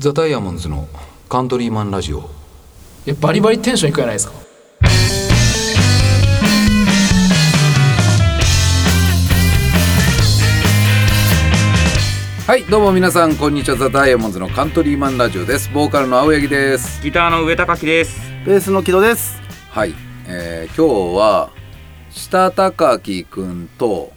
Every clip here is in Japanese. ザ・ダイヤモンズのカントリーマンラジオいやバリバリテンションいくじゃないですかはいどうも皆さんこんにちはザ・ダイヤモンズのカントリーマンラジオですボーカルの青柳ですギターの上高木です。ベースの木戸です。はい、えー、今日は下高木くんと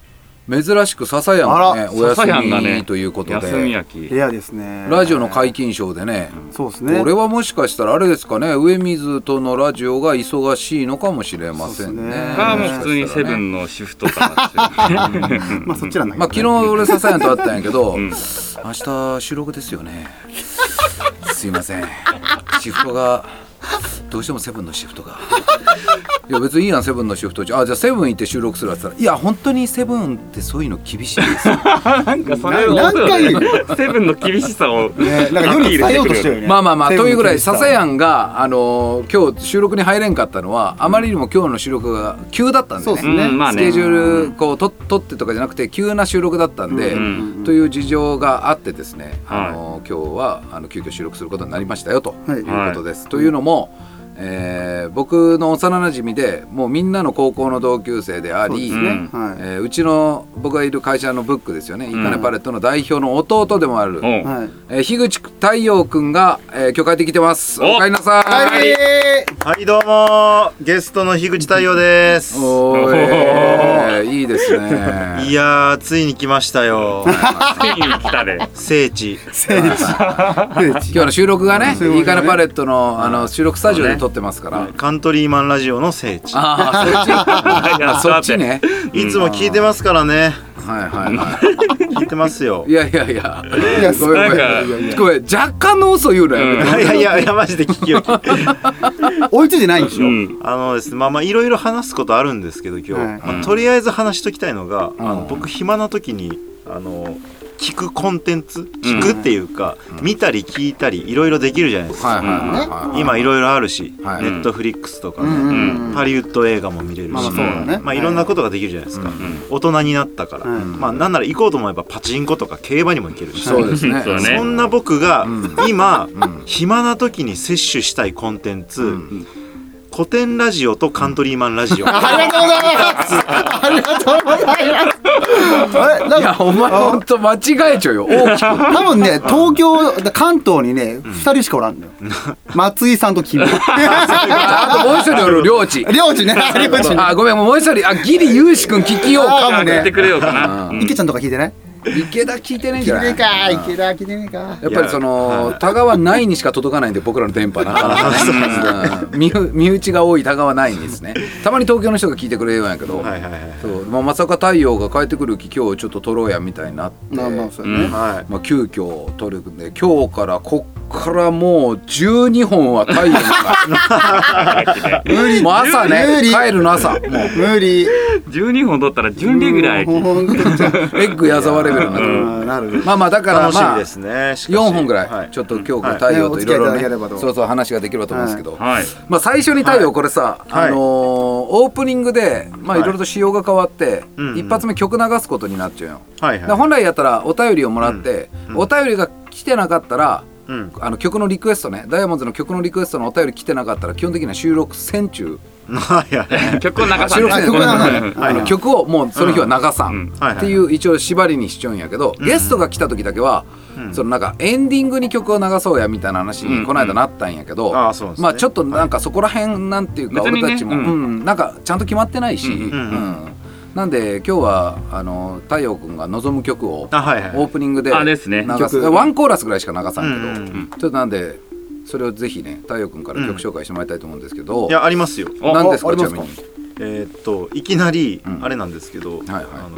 珍しく笹山がねあらお休笹山がねみということで、休み焼き。レアですね。ラジオの解禁賞でね、そうですね。これはもしかしたらあれですかね上水とのラジオが忙しいのかもしれませんそうねですねがもう普通にセブンのシフトかなっていう。まあそっちなんだけまど、あ昨日俺笹山と会ったんやけど、ん明日収録ですよねすいませんシフトがどうしてもセブンのシフトがいや別にいいやんセブンのシフトあじゃあセブン行って収録するわって言ったら「いや本当にセブンってそういうの厳しいですよなんかそれをな何回言うセブンの厳しさを、ね、なんか世に伝えようとしてるよね。まあまあまあというぐらい笹ん。山があのー今日収録に入れんかったのはあまりにも今日の収録が急だったんでそうねですね。うんまあスケジュールこうと取ってとかじゃなくて急な収録だったんで、うんという事情があってですね、はいあの今日はあの急遽収録することになりましたよとはいいうことです。というのも、えー僕の幼なじみでもうみんなの高校の同級生でありそううですうんね。はえーうちの僕がいる会社のブックですよね、イカネパレットの代表の弟でもある、おい。うはい。えー樋口太陽くんが、えー、今日帰ってきてます。おお帰りなさい。はいどうもゲストの樋口太陽ですおーえーいいですね。いやーついに来ましたよついに来たで。聖地聖地。聖地。今日の収録がね、そういうことねイカネパレットのあの収録スタジオで撮ってますから。カントリーマンラジオの聖地あいやあ、そっち。ね。いつも聞いてますからねはいはいは聞いてますよ い。いやいやいや。ごめんごなんめん。ごめん、若干の嘘言うのうよ。いんやいやいやマジで聞きよき追いついてないんでしうょ。ん。あのですねまあまあいろいろ話すことあるんですけど今日、はいまあとりあえず話しときたいのが、うあんの僕暇な時にあの聞くコンテンツ聞くっていうか、見たり聞いたりいろいろできるじゃないですか、はいはいはいはい。今いろいろあるし、はいネットフリックスとかうね、んうんうん。パリウッド映画も見れるし、まあまあそうだね。まあいろんなことができるじゃないですか、ん大人になったから、うんまあなんなら行こうと思えばパチンコとか競馬にも行けるし、そうですね。そうねそんな僕が今、ん暇な時に摂取したいコンテンツ、古典ラジオとカントリーマンラジオ、ありがとうございます。ありがとうございます。あれ、ないんや、かお前ほんと間違えちゃうよ。大きく。多分ね、東京、関東にね、二人しかおら んのよ。松井さんと 君。あともう一人おる、領地。両地ね、両地ね。あ、ごめん、もう一人、あ、ギリユウシ君聞きようあか。ー送ってくれようかな。うん池ちゃんとか聞いてない池田聞いてないんじゃ聞いなていねえか、池田聞いてねえか。やっぱりその田川内にしか届かないんで僕らの電波なかなかねうん身身内が多い田川内にですねたまに東京の人が聞いてくれるんやけど、はいはいはいそうまあ、まさか太陽が帰ってくる気今日ちょっと撮ろうやみたいになって、まあまあ、そうやね。はいまあ、急遽撮るんで今日からこっからもう12本は太陽がもう朝ね無理帰るの朝もう無理。 12本取ったら準レギュラーやほんとにエッグ矢沢レベルになってくるうんなる。まあまあだから楽しまみあですねしかし4本ぐはらいちょっと今日から太陽といろいはいお付き合いいただけれろばねとそうそう話ができればと思うんですけど、き。はい。まあ、最初に太陽これさ、はいあのーオープニングでまあいろいろと仕様が変わって、うんうん一発目曲流すことになっちゃうよ、はいだからはい本来やったらお便りをもらって、うんお便りが来てなかったらうん あの曲のリクエストねダイヤモンドの曲のリクエストのお便り来てなかったら基本的には収録戦中はいは いはい曲を流さ収録なせいん曲なのよ。あの曲をもうその日は流さうんんはいはいっていう一応縛りにしちゃうんやけど、ゲストが来た時だけは、んそのなんかエンディングに曲を流そうやみたいな話うにんこの間なったんやけど、ああそうなんですねまあちょっとなんかそこら辺なんていうか別俺にねたちも、うんうんなんかちゃんと決まってないし、うんうんうんなんで今日はあの太陽君が望む曲をオあはいはいープニングであですね流すワンコーラスぐらいしか流さんけど、うんうんうちょっとなんでそれをぜひね太陽君から曲紹介してもらいたいと思うんですけど、いやありますよ何ですあかあちりなますみかに。えーっといきなりんあれなんですけど、はいはいあの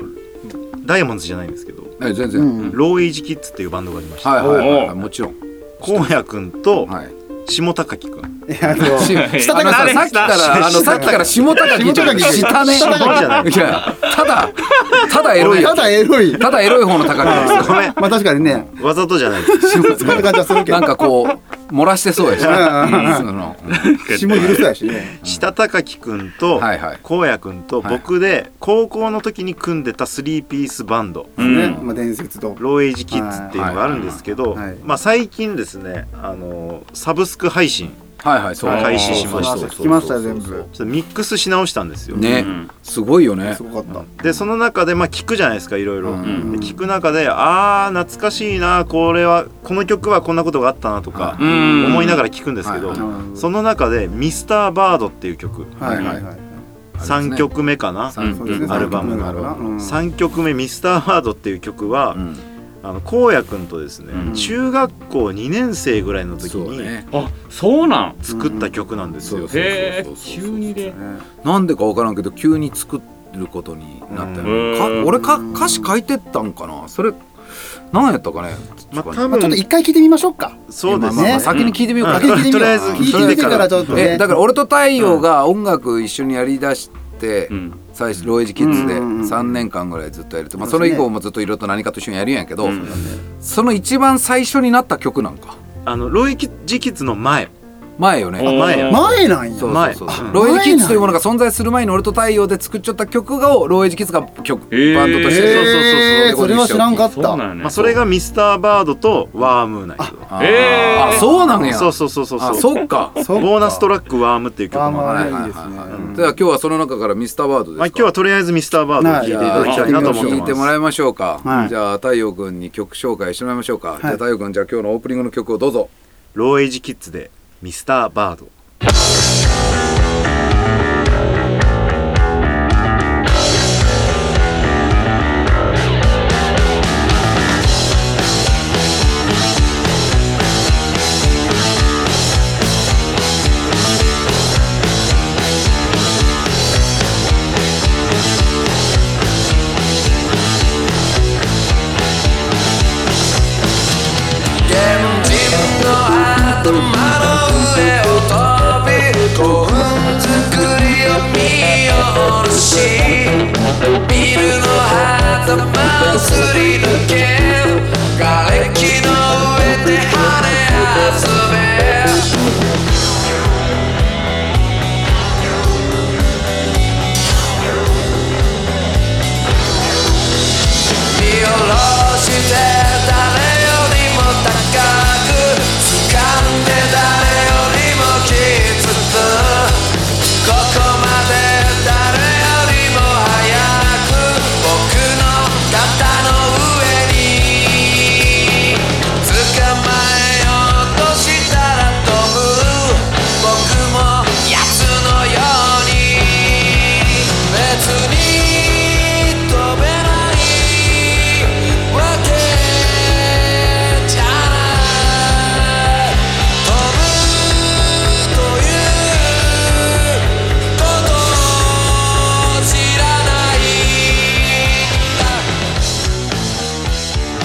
ダイヤモンドズじゃないんですけど、え全然、うんローエイジキッズっていうバンドがありました、はいはいはい、おうもちろん。荒野くんとはい。下高木くんいや、そう。し 下あのささっきから、あの、さっきから下高木ちょっと下ね。下高木じゃないいや、ただ、ただエロいやただエロい。ただエロい方の高木ごめんまあ確かにね、わざとじゃないですそういう感じはするけ などん。かこう、漏らしてそうやしな、そのうん血も許せないしね下高木くんとはいはい荒野くんと僕で高校の時に組んでた3ピースバンド、うんねまあ伝説とローエイジキッズっていうのがあるんですけど、はいはいまあ、最近ですねあのサブスク配信はいはいそう開始しました聞きましたよ全部ちょっとミックスし直したんですよ、ね、うんすごいよねすごかったでその中でまあ聞くじゃないですかいろいろ、うんで聞く中であー懐かしいなこれはこの曲はこんなことがあったなとかうん思いながら聞くんですけど、はいうんその中で「ミスターバードっていう曲、はいはいはい三3曲目かな、んそうですねうんアルバム三曲目だからうん3曲目「ミスターバードっていう曲は、うんあの荒野くんとですね、うん中学校2年生ぐらいの時そうにねあそうなん作った曲なんですよ、うんそうへえそうそうそう急にでねなんでか分からんけど急に作ることになったよねうんかうん俺か歌詞書いてったんかなそれ何やったかねまあ確か多にまあちょっと分一回聞いてみましょうかそうでまあすまあねまあ先に聞いてみようか、うん先に聞いてみようとりあえず聞いてみてからちょっとえねだから俺と太陽が音楽一緒にやりだして、うん最初ローエイジキッズでうんうんうん3年間ぐらいずっとやると、まあ、そそうのです以ね降もずっといろいろと何かと一緒にやるんやけど、うんその一番最初になった曲なんかあのロイジキッズの前前よねお前や前なんやそうそうそう前うんローエイジキッズというものが存在する前に俺と太陽で作っちゃった曲をローエイジキッズが曲、へーバンドとしてそうそうそうえーそれは知らんかっそうなたんやねまあ、それがミスターバードとワームーナイあへーーあそうなのやトそうそうそうそうあそっかそっかボーナストラックワームっていう曲あも、ままあ、あはいいいはいではすいねはいうんでは今日はその中からミスターバードですか今日はとりあえずミスターバードを聴いていただきたいなと思って聞いまてすもらいましょうか、はいじゃあ太陽君に曲紹介してもらいましょうか、じゃあ太陽君じゃあ今日のオープニングの曲をどうぞローエイジキッズでミスターバード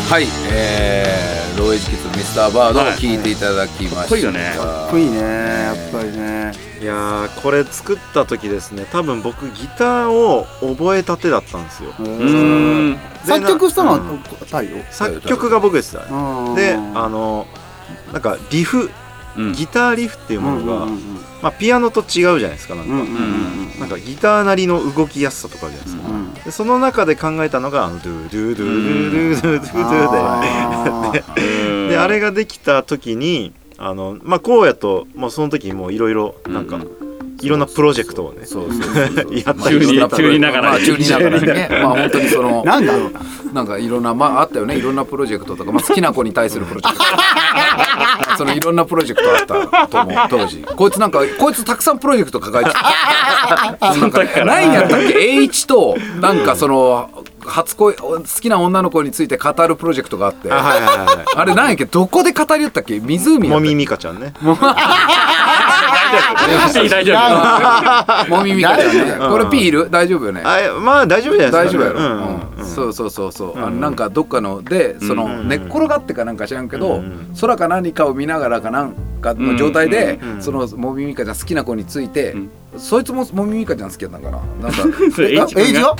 はいえー、ローエイジキッズのミスターバードをはい聴いていただきました、かっこいいよねかっこいいねやっぱりねいやーこれ作った時ですね多分僕ギターを覚えたてだったんですようーん作曲したのうはん太陽作曲が僕ですよねうんであのなんかリフうんギターリフっていううんもうのが、んまあ、ピアノと違うじゃないですかなんか、うんうんうんなんかギターなりの動きやすさとかあるじゃないですか、うんうんでその中で考えたのがあのドゥドゥドゥドゥドゥドゥドゥドゥあーでであれができた時にあのまあ荒野ともうその時もういろいろなんか、うんいろんなプロジェクトをねそうそうそうそうやったまあ中二いろん中二ながらまあ中二ながらねまあ本当にそのなんだろうななんかいろんなまああったよねいろんなプロジェクトとか、まあ、好きな子に対するプロジェク トそのいろんなプロジェクトあったと思う当時こいつなんかこいつたくさんプロジェクト抱えて たなんかね何やったっけ H となんかその初恋好きな女の子について語るプロジェクトがあってあはいはいはいはあれ何やっけどこで語り合ったっけ湖いやっもたっけみみかちゃんね大丈夫大丈 夫もみみかちゃんねこれピーいる大丈夫よねあえまあ大丈夫じゃな大いです丈夫か、やね、ろ、うんそうそうそうそう、あのなんかどっかのでその寝っ転がってかなんか知らんけど、空か何かを見ながらかなんかの状態で、そのもみみかちゃん好きな子について、そいつももみみかちゃん好きやったんかななんか それ H 君が H が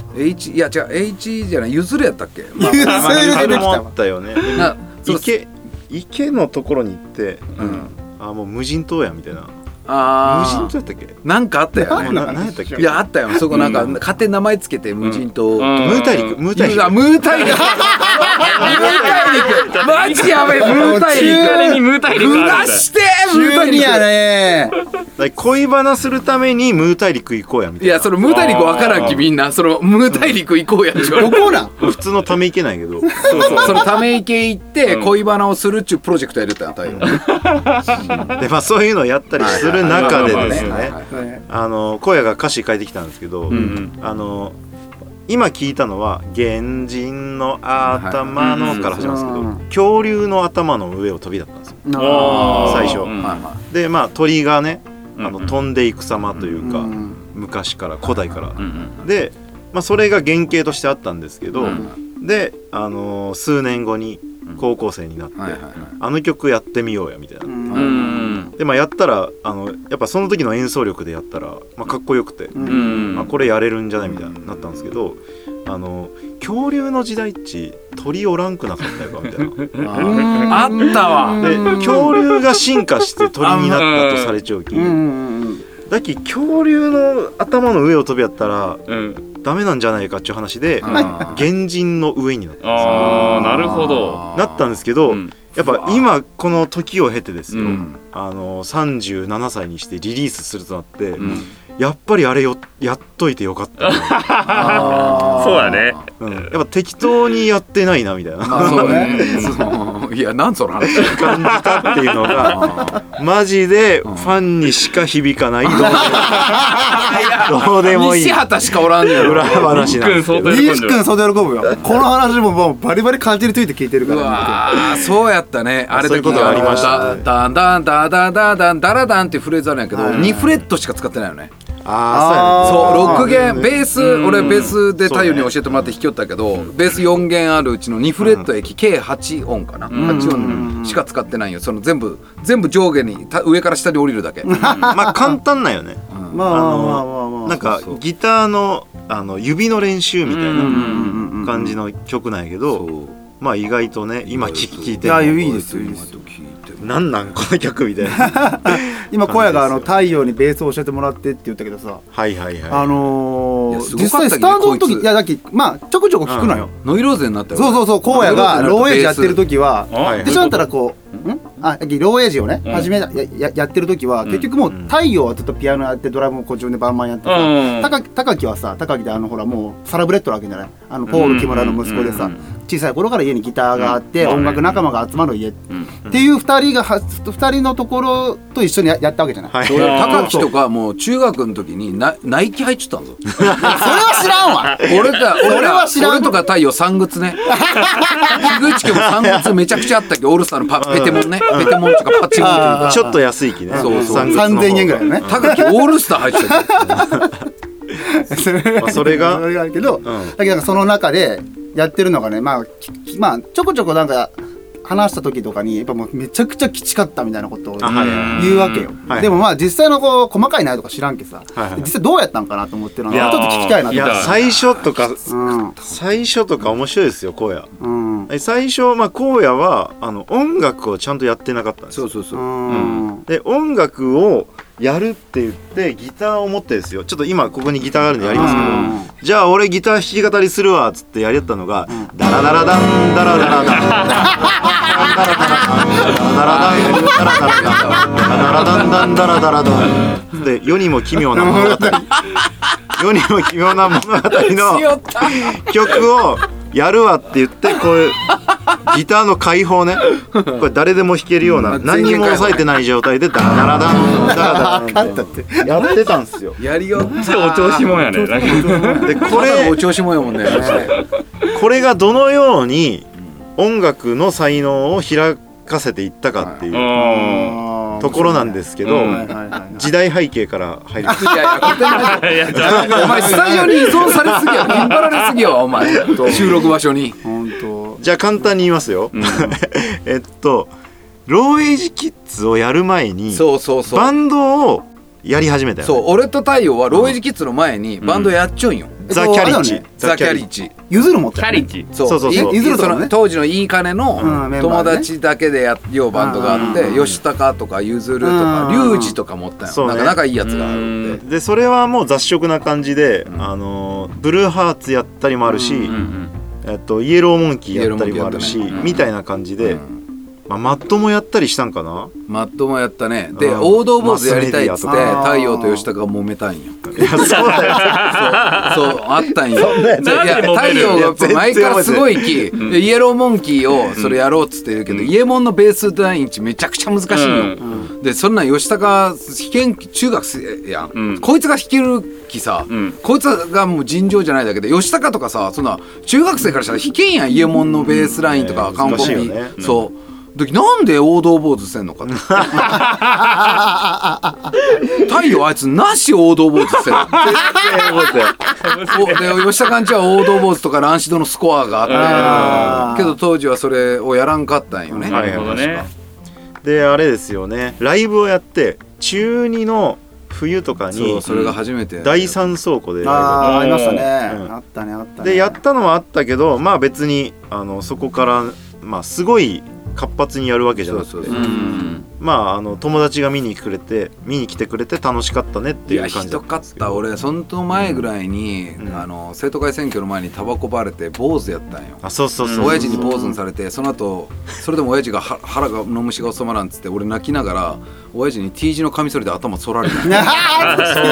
H いや違う H じゃないゆずるやったっけ、まあゆずうん、るそ出れてきたもあわったよねなそう池池のところに行って、うんあもう無人島やみたいな無人あ島あやったっけなんかあったよなねなんやったっけいやあったよそこなんかうん勝手に名前つけて無人島、うんムータリクムータリうわクムー大陸ムー大陸マジやべえムー大陸誰にムータイリうクあらるんだよしてムー急大に陸やねだから恋バナするためにムータリク行こうやみたいいなやそのムー大陸わからんきみんなそのムー大陸行こうやって言われどてこなん普通のため池なん やけどそうそうそのため池行って恋バナをするっちゅうプロジェクトやるってなったんよでまあそういうのをやったりする中でですはいねはいあの声が歌詞書いてきたんですけど、んあの今聞いたのは「原人の頭の」から始まるんですけど、うん恐竜の頭の上を飛びだったんですよあー最初うんはいはいでまあ鳥がねあのうんうん飛んでいく様というか、うん昔から古代からう、んで、まあ、それが原型としてあったんですけど、うんで、あのー数年後に高校生になって、はいはいはいあの曲やってみようやみたいな、うんうんでまあやったらあのやっぱその時の演奏力でやったら、まあ、かっこよくて、んうまあ、んこれやれるんじゃないみたいになったんですけど、あの恐竜の時代っち鳥おらんくなかったよかみたいな。あったわで恐竜が進化して鳥になったとされちゃうきうんうんうんだき恐竜の頭の上を飛びやったらうんダメなんじゃないかっていう話であー原人の上になったああなるほどなったんですけど、うんやっぱ今この時を経てですよ、うんあの37歳にしてリリースするとなって、うんやっぱりあれよやっといてよかったな、そうだねうんやっぱ適当にやってないなみたいなまあそうねうんそのいやなんその話感じたっていうのがマジでファンにしか響かないどうでもどうでも いい西畑しかおらんねやろ裏話なんですけどうリーシ君それ喜ぶよこの話ももうバリバリ感じるついて聞いてるかうらわーそうやったねあれそういうことがありましたねだんだんだんだんだんだんだらだんっていうフレーズあるんやけど2フレットしか使ってないよねーああそうあ6弦ベース俺うんベースで太陽に教えてもらって弾きよったけどベース4弦あるうちの2フレット駅計8音かな8音しか使ってないよその全部全部上下にた上から下に降りるだけまあ簡単なんよねまあまあまあまあまあなんかそうそうギターのあの指の練習みたいうんなうんうんうん感じの曲なんやけど、まあ意外とね今聴いていやもいいですよいいですよなんなんこの曲みたいな今小屋があ感のじですよ太陽にベースを教えてもらってって言ったけどさはいはいはいあのいーやすご実かったけどね際スタンドの時こいついやだっけまあちょくちょく聞くのよノイローゼになったよそうそうそう荒野がローエイジやってる時ははいあでそうなったらこうんあだっけローエイジをねうん始めやややってる時は結局もう太陽はずっとピアノやってドラムもこう自分でバンバンやってうさん高木高木はさ高木であのほらもうサラブレッドなわけじゃないあのポール木村の息子でうさんうん小さい頃から家にギターがあってうん音楽仲間が集まる家っうんていう2人がは二人のところと一緒にややったわけじゃないはいそうあー高木とかもう中学の時にナナイキ入っちゃったんぞ それは知らん わ俺か俺俺はは知らん俺とか太陽三靴 ね樋口家も三靴めちゃくちゃあったけどオールスターのパペテモンねペテモンとかパチモンとかあーちょっと安い木ねそうそう三月の方3000円ぐらいのね高木オールスター入ってたけどそれ まあそれがそれがあるけど、んだけどなんかその中でやってるのがねまあききまあちょこちょこなんか話した時とかにやっぱもうめちゃくちゃきちかったみたいなことをあはいはい言うわけよ、はいでもまあ実際のこう細かい内容とか知らんけさ、はいはい実際どうやったんかなと思ってるのいやーはちょっと聞きたいないと思っや最初とかてうん最初とか面白いですよ荒うん野最初まあ荒野はあの音楽をちゃんとやってなかったんですそようそうそううんで音楽をやるって言ってギターを持ってですよちょっと今ここにギターがあるんでやりますけど、じゃあ俺ギター弾き語りするわっつってやりやったのが「ダラダラダンダラダラダン」「ダラダンダラダラダン」「ダラダンダンダラダラダン」で世にも奇妙な物語世にも奇妙な物語の曲をやるわって言ってこういうギターの解放ねこれ誰でも弾けるような何にも抑えてない状態で「ダラダラダンダラダラダン」やってたんですよ。やりよっちょっとお調子もんやねなんかでここれれお調子もんやもんねこれがどのように音楽の才能を開かせていったかっていううところなんですけど、うんはいはいはい時代背景から入りますいやいや勝手な話んいやじゃあお前スタジオに依存されすぎや引っ張られすぎやわお前収録場所に本当 じゃあ簡単に言いますよ、 えっとローエイジキッズをやる前にそうそうそバうンドをやり始めたよそうね俺と太陽はローエイジキッズの前にバンドやっちょんよザ・キャリえッっチとあれだよねザ・キャリッチゆずるもっキャたよリねッジそうそうそうそういゆずるとかねその当時のいい金うのんメンバー友でね達だけでやようバンドがあっうてん吉高とかゆずるとうかんリュウジとか持ったよそうねなんか仲いいやつがあるんででそれはもう雑食な感じで、あのブルーハーツやったりもあるし、うんうんえっと、イエローモンキーやったりもあるし、イエモンキーやったねうんみたいな感じで、うんまあ、マットもやったりしたんかなマットもやったねでうん王道坊主やりたいっつってマスメディアとか太陽と吉高が揉めたんよいやそうだよそうそうあったんよ。いやんなやつ太陽がやっぱ前からすごいき、イエローモンキーをそれやろうっつってるけど、イエモンのベース第一めちゃくちゃ難しいよ。うでそんなん吉高弾けん中学生やん、うんこいつが弾けるきさ、うんこいつがもう尋常じゃないだけで吉高とかさそんな中学生からしたら弾けんやんイエモンのベースラインとかうんカンコピ難しいよねそう時なんで王道坊主してんのかって太陽あいつなし王道坊主してる おで吉田んちは王道坊主とかランシドのスコアがあってけど当時はそれをやらんかったんよね、なるほどはいねはいであれですよねライブをやって中2の冬とかそにうそれが初めて、第三倉庫でライああありましたね、うんあったねあったブねでやったのはあったけどまあ別にあのそこから、まあ、すごい活発にやるわけじゃなくてそうそううそんまああの友達が見に来てくれて見に来てくれて楽しかったねっていいうや感ひじだどったかんっですけたど俺その前ぐらいに、うんあの生徒会選挙の前にタバコバレて坊主やったんよ、あそうそうそうそう親父に坊主にされてその後それでも親父がは腹がの虫が収まらんっつって俺泣きながら親父に T 字のカミソリで頭剃られたで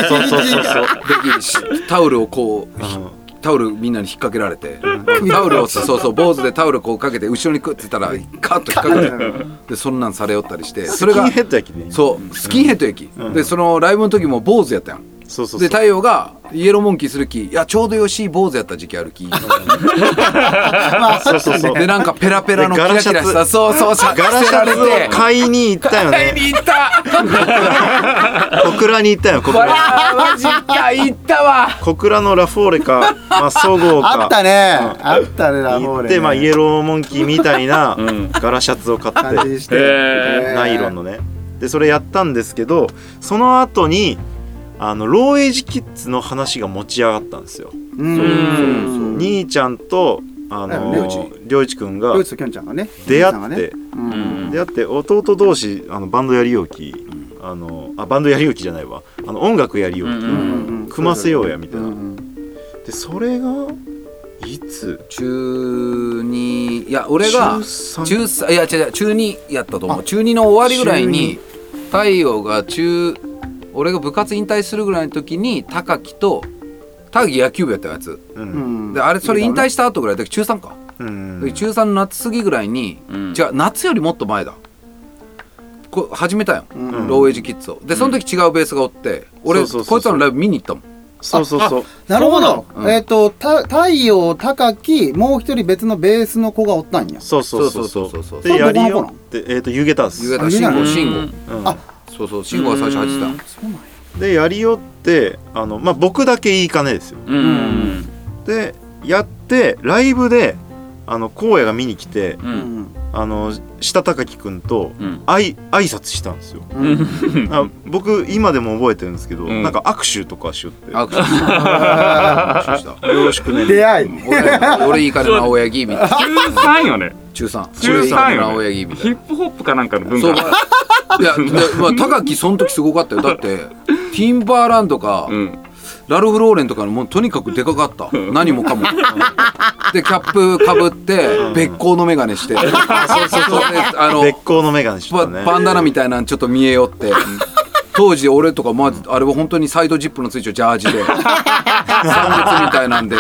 そうそうそうそうそうしタオルをこううんタオルみんなに引っ掛けられてタオルをそうそう坊主でタオルこうかけて後ろにくっついたらカッと引っ掛けられてでそんなんされよったりしてそスれキンがヘッドやきねそうスキンヘッド駅、うんでそのライブの時も坊主やったやんそうそうそでう太陽がイエローモンキーする気いやちょうどよしい坊主やった時期ある気そうそうそうでなんかペラペラのキラキラしガラたそうそうそうガラシャツを買いに行ったよ買いねに行った小倉に行ったよ小わ倉あマジか行ったわ小倉のラフォー レか、まあ、そごうか あったねあったねラフォー行っレ、て、ね、まあ、イエローモンキーみたいなうんガラシャツを買っ感てじして、へーナイロンののねでそれやったんですけどその後にあのローエイジキッズの話が持ち上がったんですよ。うんうん兄ちゃんとあのりょうじりょういちくんがドイツときょんちゃんがね出お兄会さんがっねてうんうん出会って弟同士あのバンドやりようきあのあバンドやりようきじゃないわあの音楽やりようきうんうんうんうん組ませようやみたいなう。んでそれがいつ中二いや俺が中三中三いや違う違う中二やったと思う中二の終わりぐらいに太陽が中俺が部活引退するぐらいの時に高木と高木野球部やったやつううんんであれそれ引退した後ぐらいだから中3か、うんで中3の夏過ぎぐらいに、うん違う夏よりもっと前だこう始めたよ、うんローエイジキッズをでその時違うベースがおって、俺そうそうそうそうこいつらのライブ見に行ったもんそうそうそうなるほどそうな、のえっ、とた太陽高木もう一人別のベースの子がおったんやそうそうそうそうそうそうそうそうでやりよってえっ、と湯気たす言うたあ見慎ない吾慎吾うんそうそう慎吾が最初入ってたよでやりよってあのまあ僕だけいい金ですようんうんでやってライブであの荒野が見に来てううんんあの下高木くんとうんあい挨拶したんですようんうんあ僕今でも覚えてるんですけど、うんなんか握手とかしよって「あよ握手した握手ろしくね」出会いした 俺俺いい金の青柳みたいな中三よね中3中俺い三い金のよ青ね柳みたいヒなップホップかなんかの文そう化まあいやでまあ高木その時すごかったよだってティンバーランドか、うんラルフ・ローレンとかのもうとにかくでかかった何もかもでキャップかぶって別光の眼鏡してそうそうそうあの別光の眼鏡してバたねバンダナみたいなのちょっと見えよ って当時俺とか、まあ、あれは本当にサイドジップのついちょジャージ で三月みたいなんで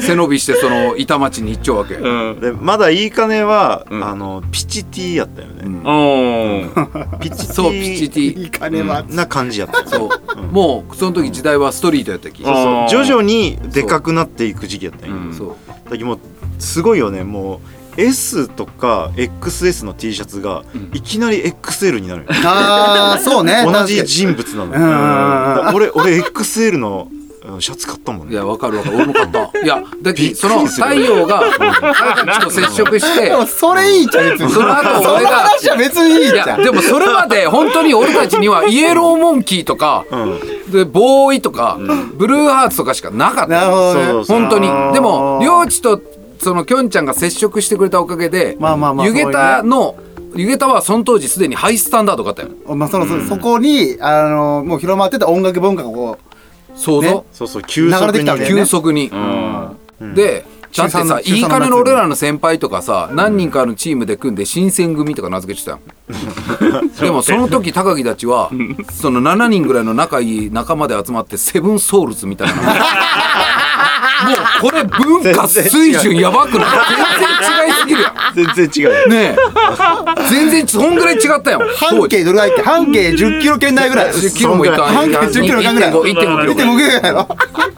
背伸びしてその板町に行っちゃうわけ、うんでまだいい金は、うんあのピチティやったよね、うんおーピチティそうピチテいィい金は、な感じやったそう、もうその時時代はストリートやったき、あー徐々にでかくなっていく時期やったんようんそうだけどもうすごいよねもう S とか XS の T シャツがいきなり XL になるよ、 ああそうね同じ確人物なのかにうんうんうんだから俺俺 XL のうんシャツ買ったもんいねや、わかるわかる。俺も買った。いや、だって、そびっのくりする太陽が、俺たちと接触してで、もそれいいじゃん別にその後俺そのが、話は別にいいいじゃや、んでもそれまで本当に俺たちにはイエローモンキーとか、で、ボーイとか、ブルーハーツとかしかなかっなるた。ほそうそどうねそう本当に。でも、りょうちと、そのきょんちゃんが接触してくれたおかげで、まあまあまあ湯げたの、湯げたはその当時すでにハイスタンダードがあったよ。まあそのそそこにあのもう広まってた音楽文化がこうそうねぞ、そうそう急流れ速てきにたわけね急速に。で、だって中さ、三いい金の俺らの先輩とかさ、何人かのチームで組んで新選組とか名付けてたよ。でも その時高木たちは、その7人ぐらいの仲いい仲間で集まってセブンソウルズ みたいな。もうこれ文化水準やばくない全然違いすぎるやん。全然違うよね え。全然、そんぐらい違ったよ。半径どれぐらいって半径10キロ圏内ぐらい10キロもいかん半径10キロ間ぐらい1.5 1.5キロ見てもぐらいやろ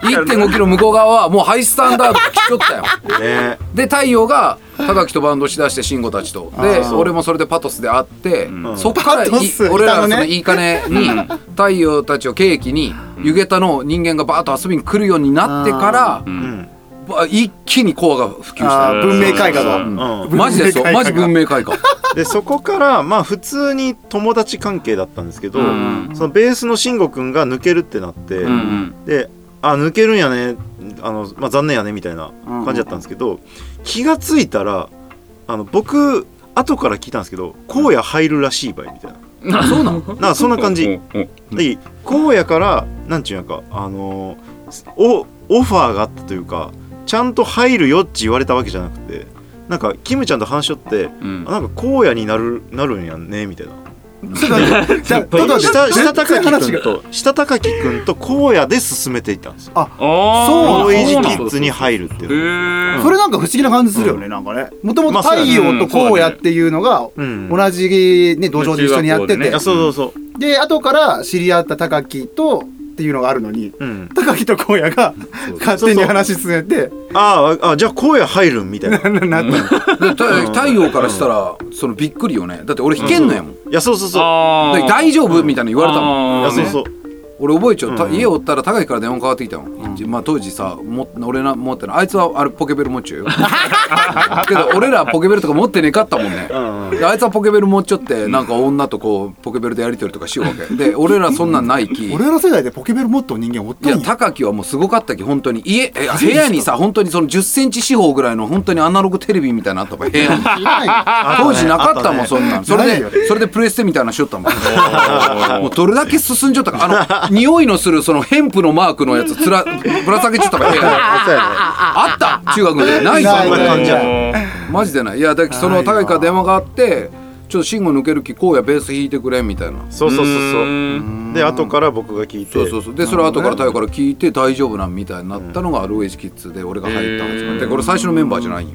1.5キロ向こう側はもうハイスタンダード来ちょったよねで太陽が高木とバンドしだして慎吾たちとで俺もそれでパトスで会って、そこからいパトス俺らがそいのたのねいい金に太陽たちを契機に湯桁の人間がバーッと遊びに来るようになってから、ば一気にコアが普及したあー文明開化だうんマジでそうマジ文明開化でそこからまあ普通に友達関係だったんですけど、そのベースの慎吾くんが抜けるってなって、であ抜けるんやねあの、まあ、残念やねみたいな感じだったんですけど、気がついたらあの僕後から聞いたんですけど荒野入るらしいばいみたいなあそうなのなんかそんな感じうんうんで荒野からなんちゅうんやかあのーおオファーがあったというかちゃんと入るよって言われたわけじゃなくてなんかキムちゃんと話し合って、んあなんか荒野になるなるんやねみたいなちょっと待ってじゃあちょっと待って下下高全然木話君がと下高木君と荒野で進めていったんですよあボーーイジそうキなんだッズに入るっていうへそれなんか不思議な感じするよね、なんかね。もともとまあそう太だね陽と荒野っていうのが、うん同じね、土壌で一緒にやって中学校でてねあ、そうそうそうで、後から知り合った高木と、っていうのがあるのに、うん高木と荒野が勝手に話し進めて、あーあじゃあ荒野入るんみたいななったので太太陽からしたらそのびっくりよねだって俺弾けんのやもん、いやそうそうそうあで大丈夫みたいなの言われたもんいあやーそうそう俺覚えちゃう、たうん家おったら高木から電話かかってきたの、まあ当時さも俺な持ってないあいつはあれポケベル持っちゅうよ けど俺らポケベルとか持ってねえかったもんね、であいつはポケベル持っちゃってなんか女とこうポケベルでやり取りとかしようわけで俺らそんなんないき 俺ら世代でポケベル持っとう人間おっいたやんや。高木はもうすごかったき本当に家え部屋にさ本当にその1 0センチ四方ぐらいの本当にアナログテレビみたいなのあったもん部屋に当時なかったもん、そんなんそれないよでそれでプレステみたいなのしよったもんもうどれだけ進んじゃったかあの匂いのするそのヘンプのマークのやつつらぶら下げちゃったもん部屋に あそうやねあった中学の時ないぞないそんな感じやマジでないいやだからその高いから電話があってちょっと慎吾抜ける気こうやベース弾いてくれみたいなそうそうそうそううーで後から僕が聞いてそうそうそうでそれ後から太陽から聞いて大丈夫なんみたいになったのがローエイジキッズで俺が入った始まりでこれ最初のメンバーじゃないんよ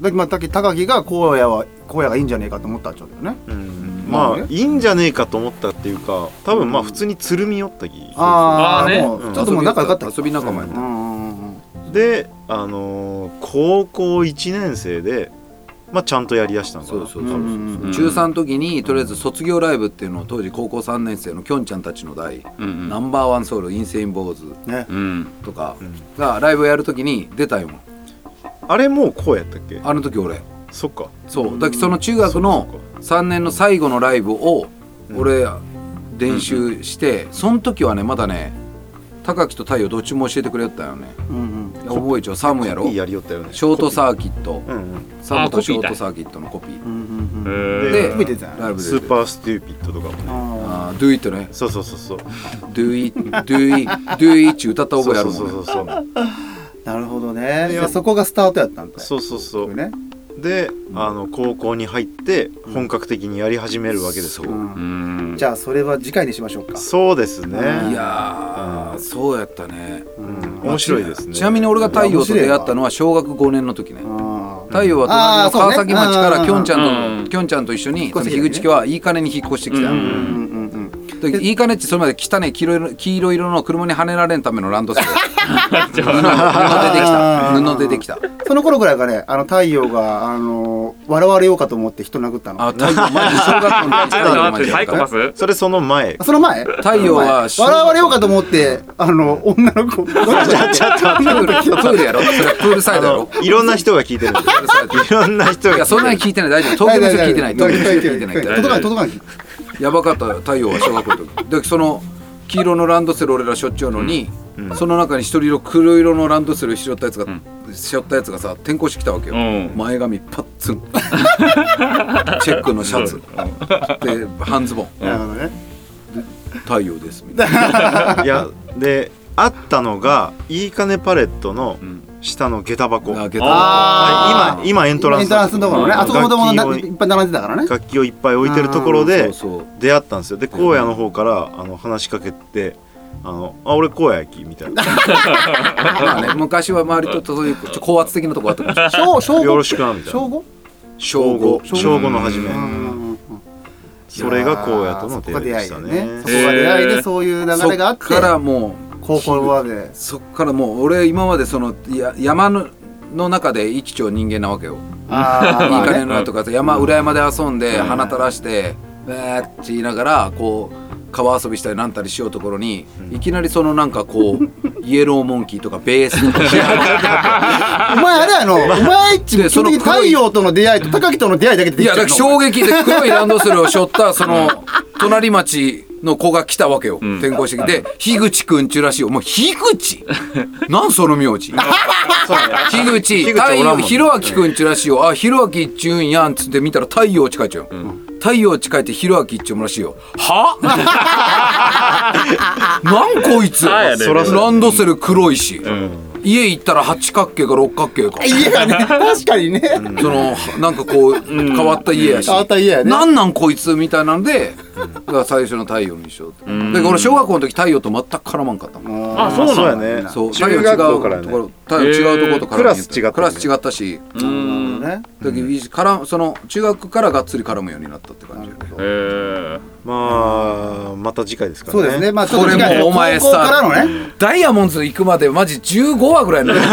だけどまあ、だけど高木が荒野は、荒野がいいんじゃねえかと思ったっちゃうけどね。うんまあいいんじゃねえかと思ったっていうか多分まあ普通につるみ寄ったきああ、あーねもう、ちょっともう仲良かった。遊び仲間やっうたんうんうんであのー高校1年生でまあちゃんとやりだしたんかそうなそうそうそううんうん中3の時にとりあえず卒業ライブっていうのを当時高校3年生のきょんちゃんたちの代、うんナンバーワンソウルインセインボーズね。うんとかがライブやる時に出たよあれもうこうやったっけあの時俺そっかそうだけどその中学そのうか3年の最後のライブを俺練習してその時はねまだね高木と太陽どっちも教えてくれよったよねうんうん。いや覚えちゃうサムやろいいやりよったよねショートサーキットうんうんサムあとーショーコピーだトサーキットのコピーうんうんうん。へででコピー出てたよねライブスでーパーステューピッドとかもねああードゥイットねそうそうそうそうドゥイドゥ イドゥイって歌った覚えあるもんねそうそうそうそうーなるほどね。でそこがスタートやったんだよ。そうそうそうそうね。であの高校に入って本格的にやり始めるわけですようんうんじゃあそれは次回にしましょうか。そうですねいやー、そうやったねうん面白いですねちなみに俺が太陽と出会ったのは小学5年の時ねあー太陽は隣あのーそう川ね崎町かうんうんうらんきょんちゃんうんときょんちゃんと一緒に引っそ越のして樋きたね口家はいい金に引っ越してきたううんんうんうん。でいいかねっちそれまで汚い黄色い黄色色の車にはねられんためのランドセルじ布出てきゃあたあー布出てきたその頃ぐらいがねあの太陽があの笑われようかと思って人殴ったの あ太陽マジ小学校の時ちょっと待ってサイコパスそれその前その前太陽はその前笑われようかと思ってあの女の子ちょっとプ待ーっルてプールやろそれプールサあイド やろのいろんな人が聞いてるんでプールサイドいろんな人いがやそんなに聞いてない大丈夫東京の人聞いてない東京の人聞いてない届かない届かないやばかったよ太陽は小学校の時でその黄色のランドセル俺らしょっちゅうのに、その中に一人の黒色のランドセル拾ったやつが、しょったやつがさ転校してきたわけよ、うん前髪パッツンチェックのシャツで半ズボンなるほどね太陽ですみたいないやであったのがいいかねパレットの下の下駄箱、あはいけどあ今今エントランエスントランスのところねあそこもとも楽器なをいっぱい並んでたからね楽器をいっぱい置いてるところでそうそう出会ったんですよで荒野の方からあの話しかけて「あのあ俺荒野焼き」みたいな「まあね昔は周りとそういうちょっと高圧的なとこあったかもしれない小小よろ五しくな」みたいな小五小正午五正午の初めうんそれが荒野とその出こが会い出で会しいたでねねそこが出会いでそういう流それっがあってからもう高校までそっからもう俺今までそのや山のの中で生きちょう人間なわけよ。あい ーいまあかねねのやとかさ山裏山で遊んで花垂らしてえーって言いながらこう川遊びしたりなんたりしようところにいきなりそのなんかこうイエローモンキーとかベース のお前あれやのお前っちで基本的にその黒太い陽との出会いと高木との出会いだけでいできやちだゃうからの衝撃で黒いランドセルを背負ったその隣町の子が来たわけよ転校してきて樋口くんちゅうらしいよもう樋 口なんその名字そうね樋口樋口太おらん陽もんねひろあきくんちらしいよあひろあきっちゅんやんっつって見たら太陽近いちゃう、太陽近いってひろあきっちゅうらしいよ はなんこいつあやねそらそうランドセル黒いし、家行ったら八角形か六角形か家がね 確かにねそのなんかこう変わった家やし、変わった家やねなんなんこいつみたいなんで、が最初の太陽にしようと、で俺小学校の時太陽と全く絡まんかったもんあそうそうなやのねそう太陽違中う学と校こかろらね太陽違うところと絡んでへークラス違ったねクラス違ったしねだけどいいしからその中学からがっつり絡むようになったって感じへーまあまた次回ですからそうですねまあちょっことれ次回もうお前高校からさのねダイヤモンズ行くまでマジ15話ぐらいのよくよく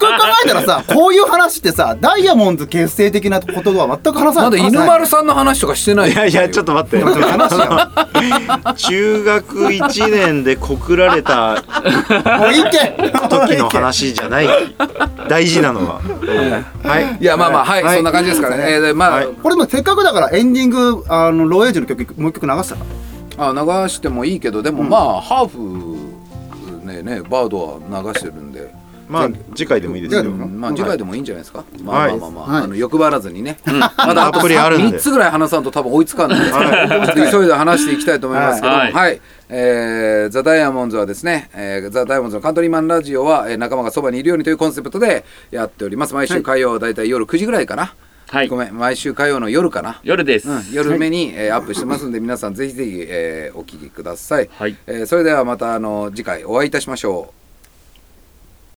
考えた らさこういう話ってさダイヤモンド結成的なことは全く話まさなだい犬丸さんの話とかしてないいやいやちょっと待って話やん 中学1年で告られたもういけ時の話じゃない大事なのははいいやまあまあはい、そんな感じですからね、えーでまあ、はい これもせっかくだからエンディングあのローエイジの曲もう一曲流したらあ流してもいいけどでもまあ、ハーフねねバードは流してるんで。まあ次回でもいいですよ次回でもまあ次回でもいいんじゃないですか。まはあいまあまあまあ、はいあの欲張らずにね。まだあとアプリあるんで三つぐらい話さんと多分追いつかんので、急いで話していきたいと思いますけども、は。はいいえーザ・ダイヤモンズはですね、えーザ・ダイヤモンズのカントリーマンラジオは、えー仲間がそばにいるようにというコンセプトでやっております。毎週火曜だいたい夜9時ぐらいかな。はいごめん、毎週火曜の夜かな。夜ですうん、夜目に、えーアップしてますんで皆さんぜひぜひ、えーお聞きください、はいえーそれではまたあの次回お会いいたしましょう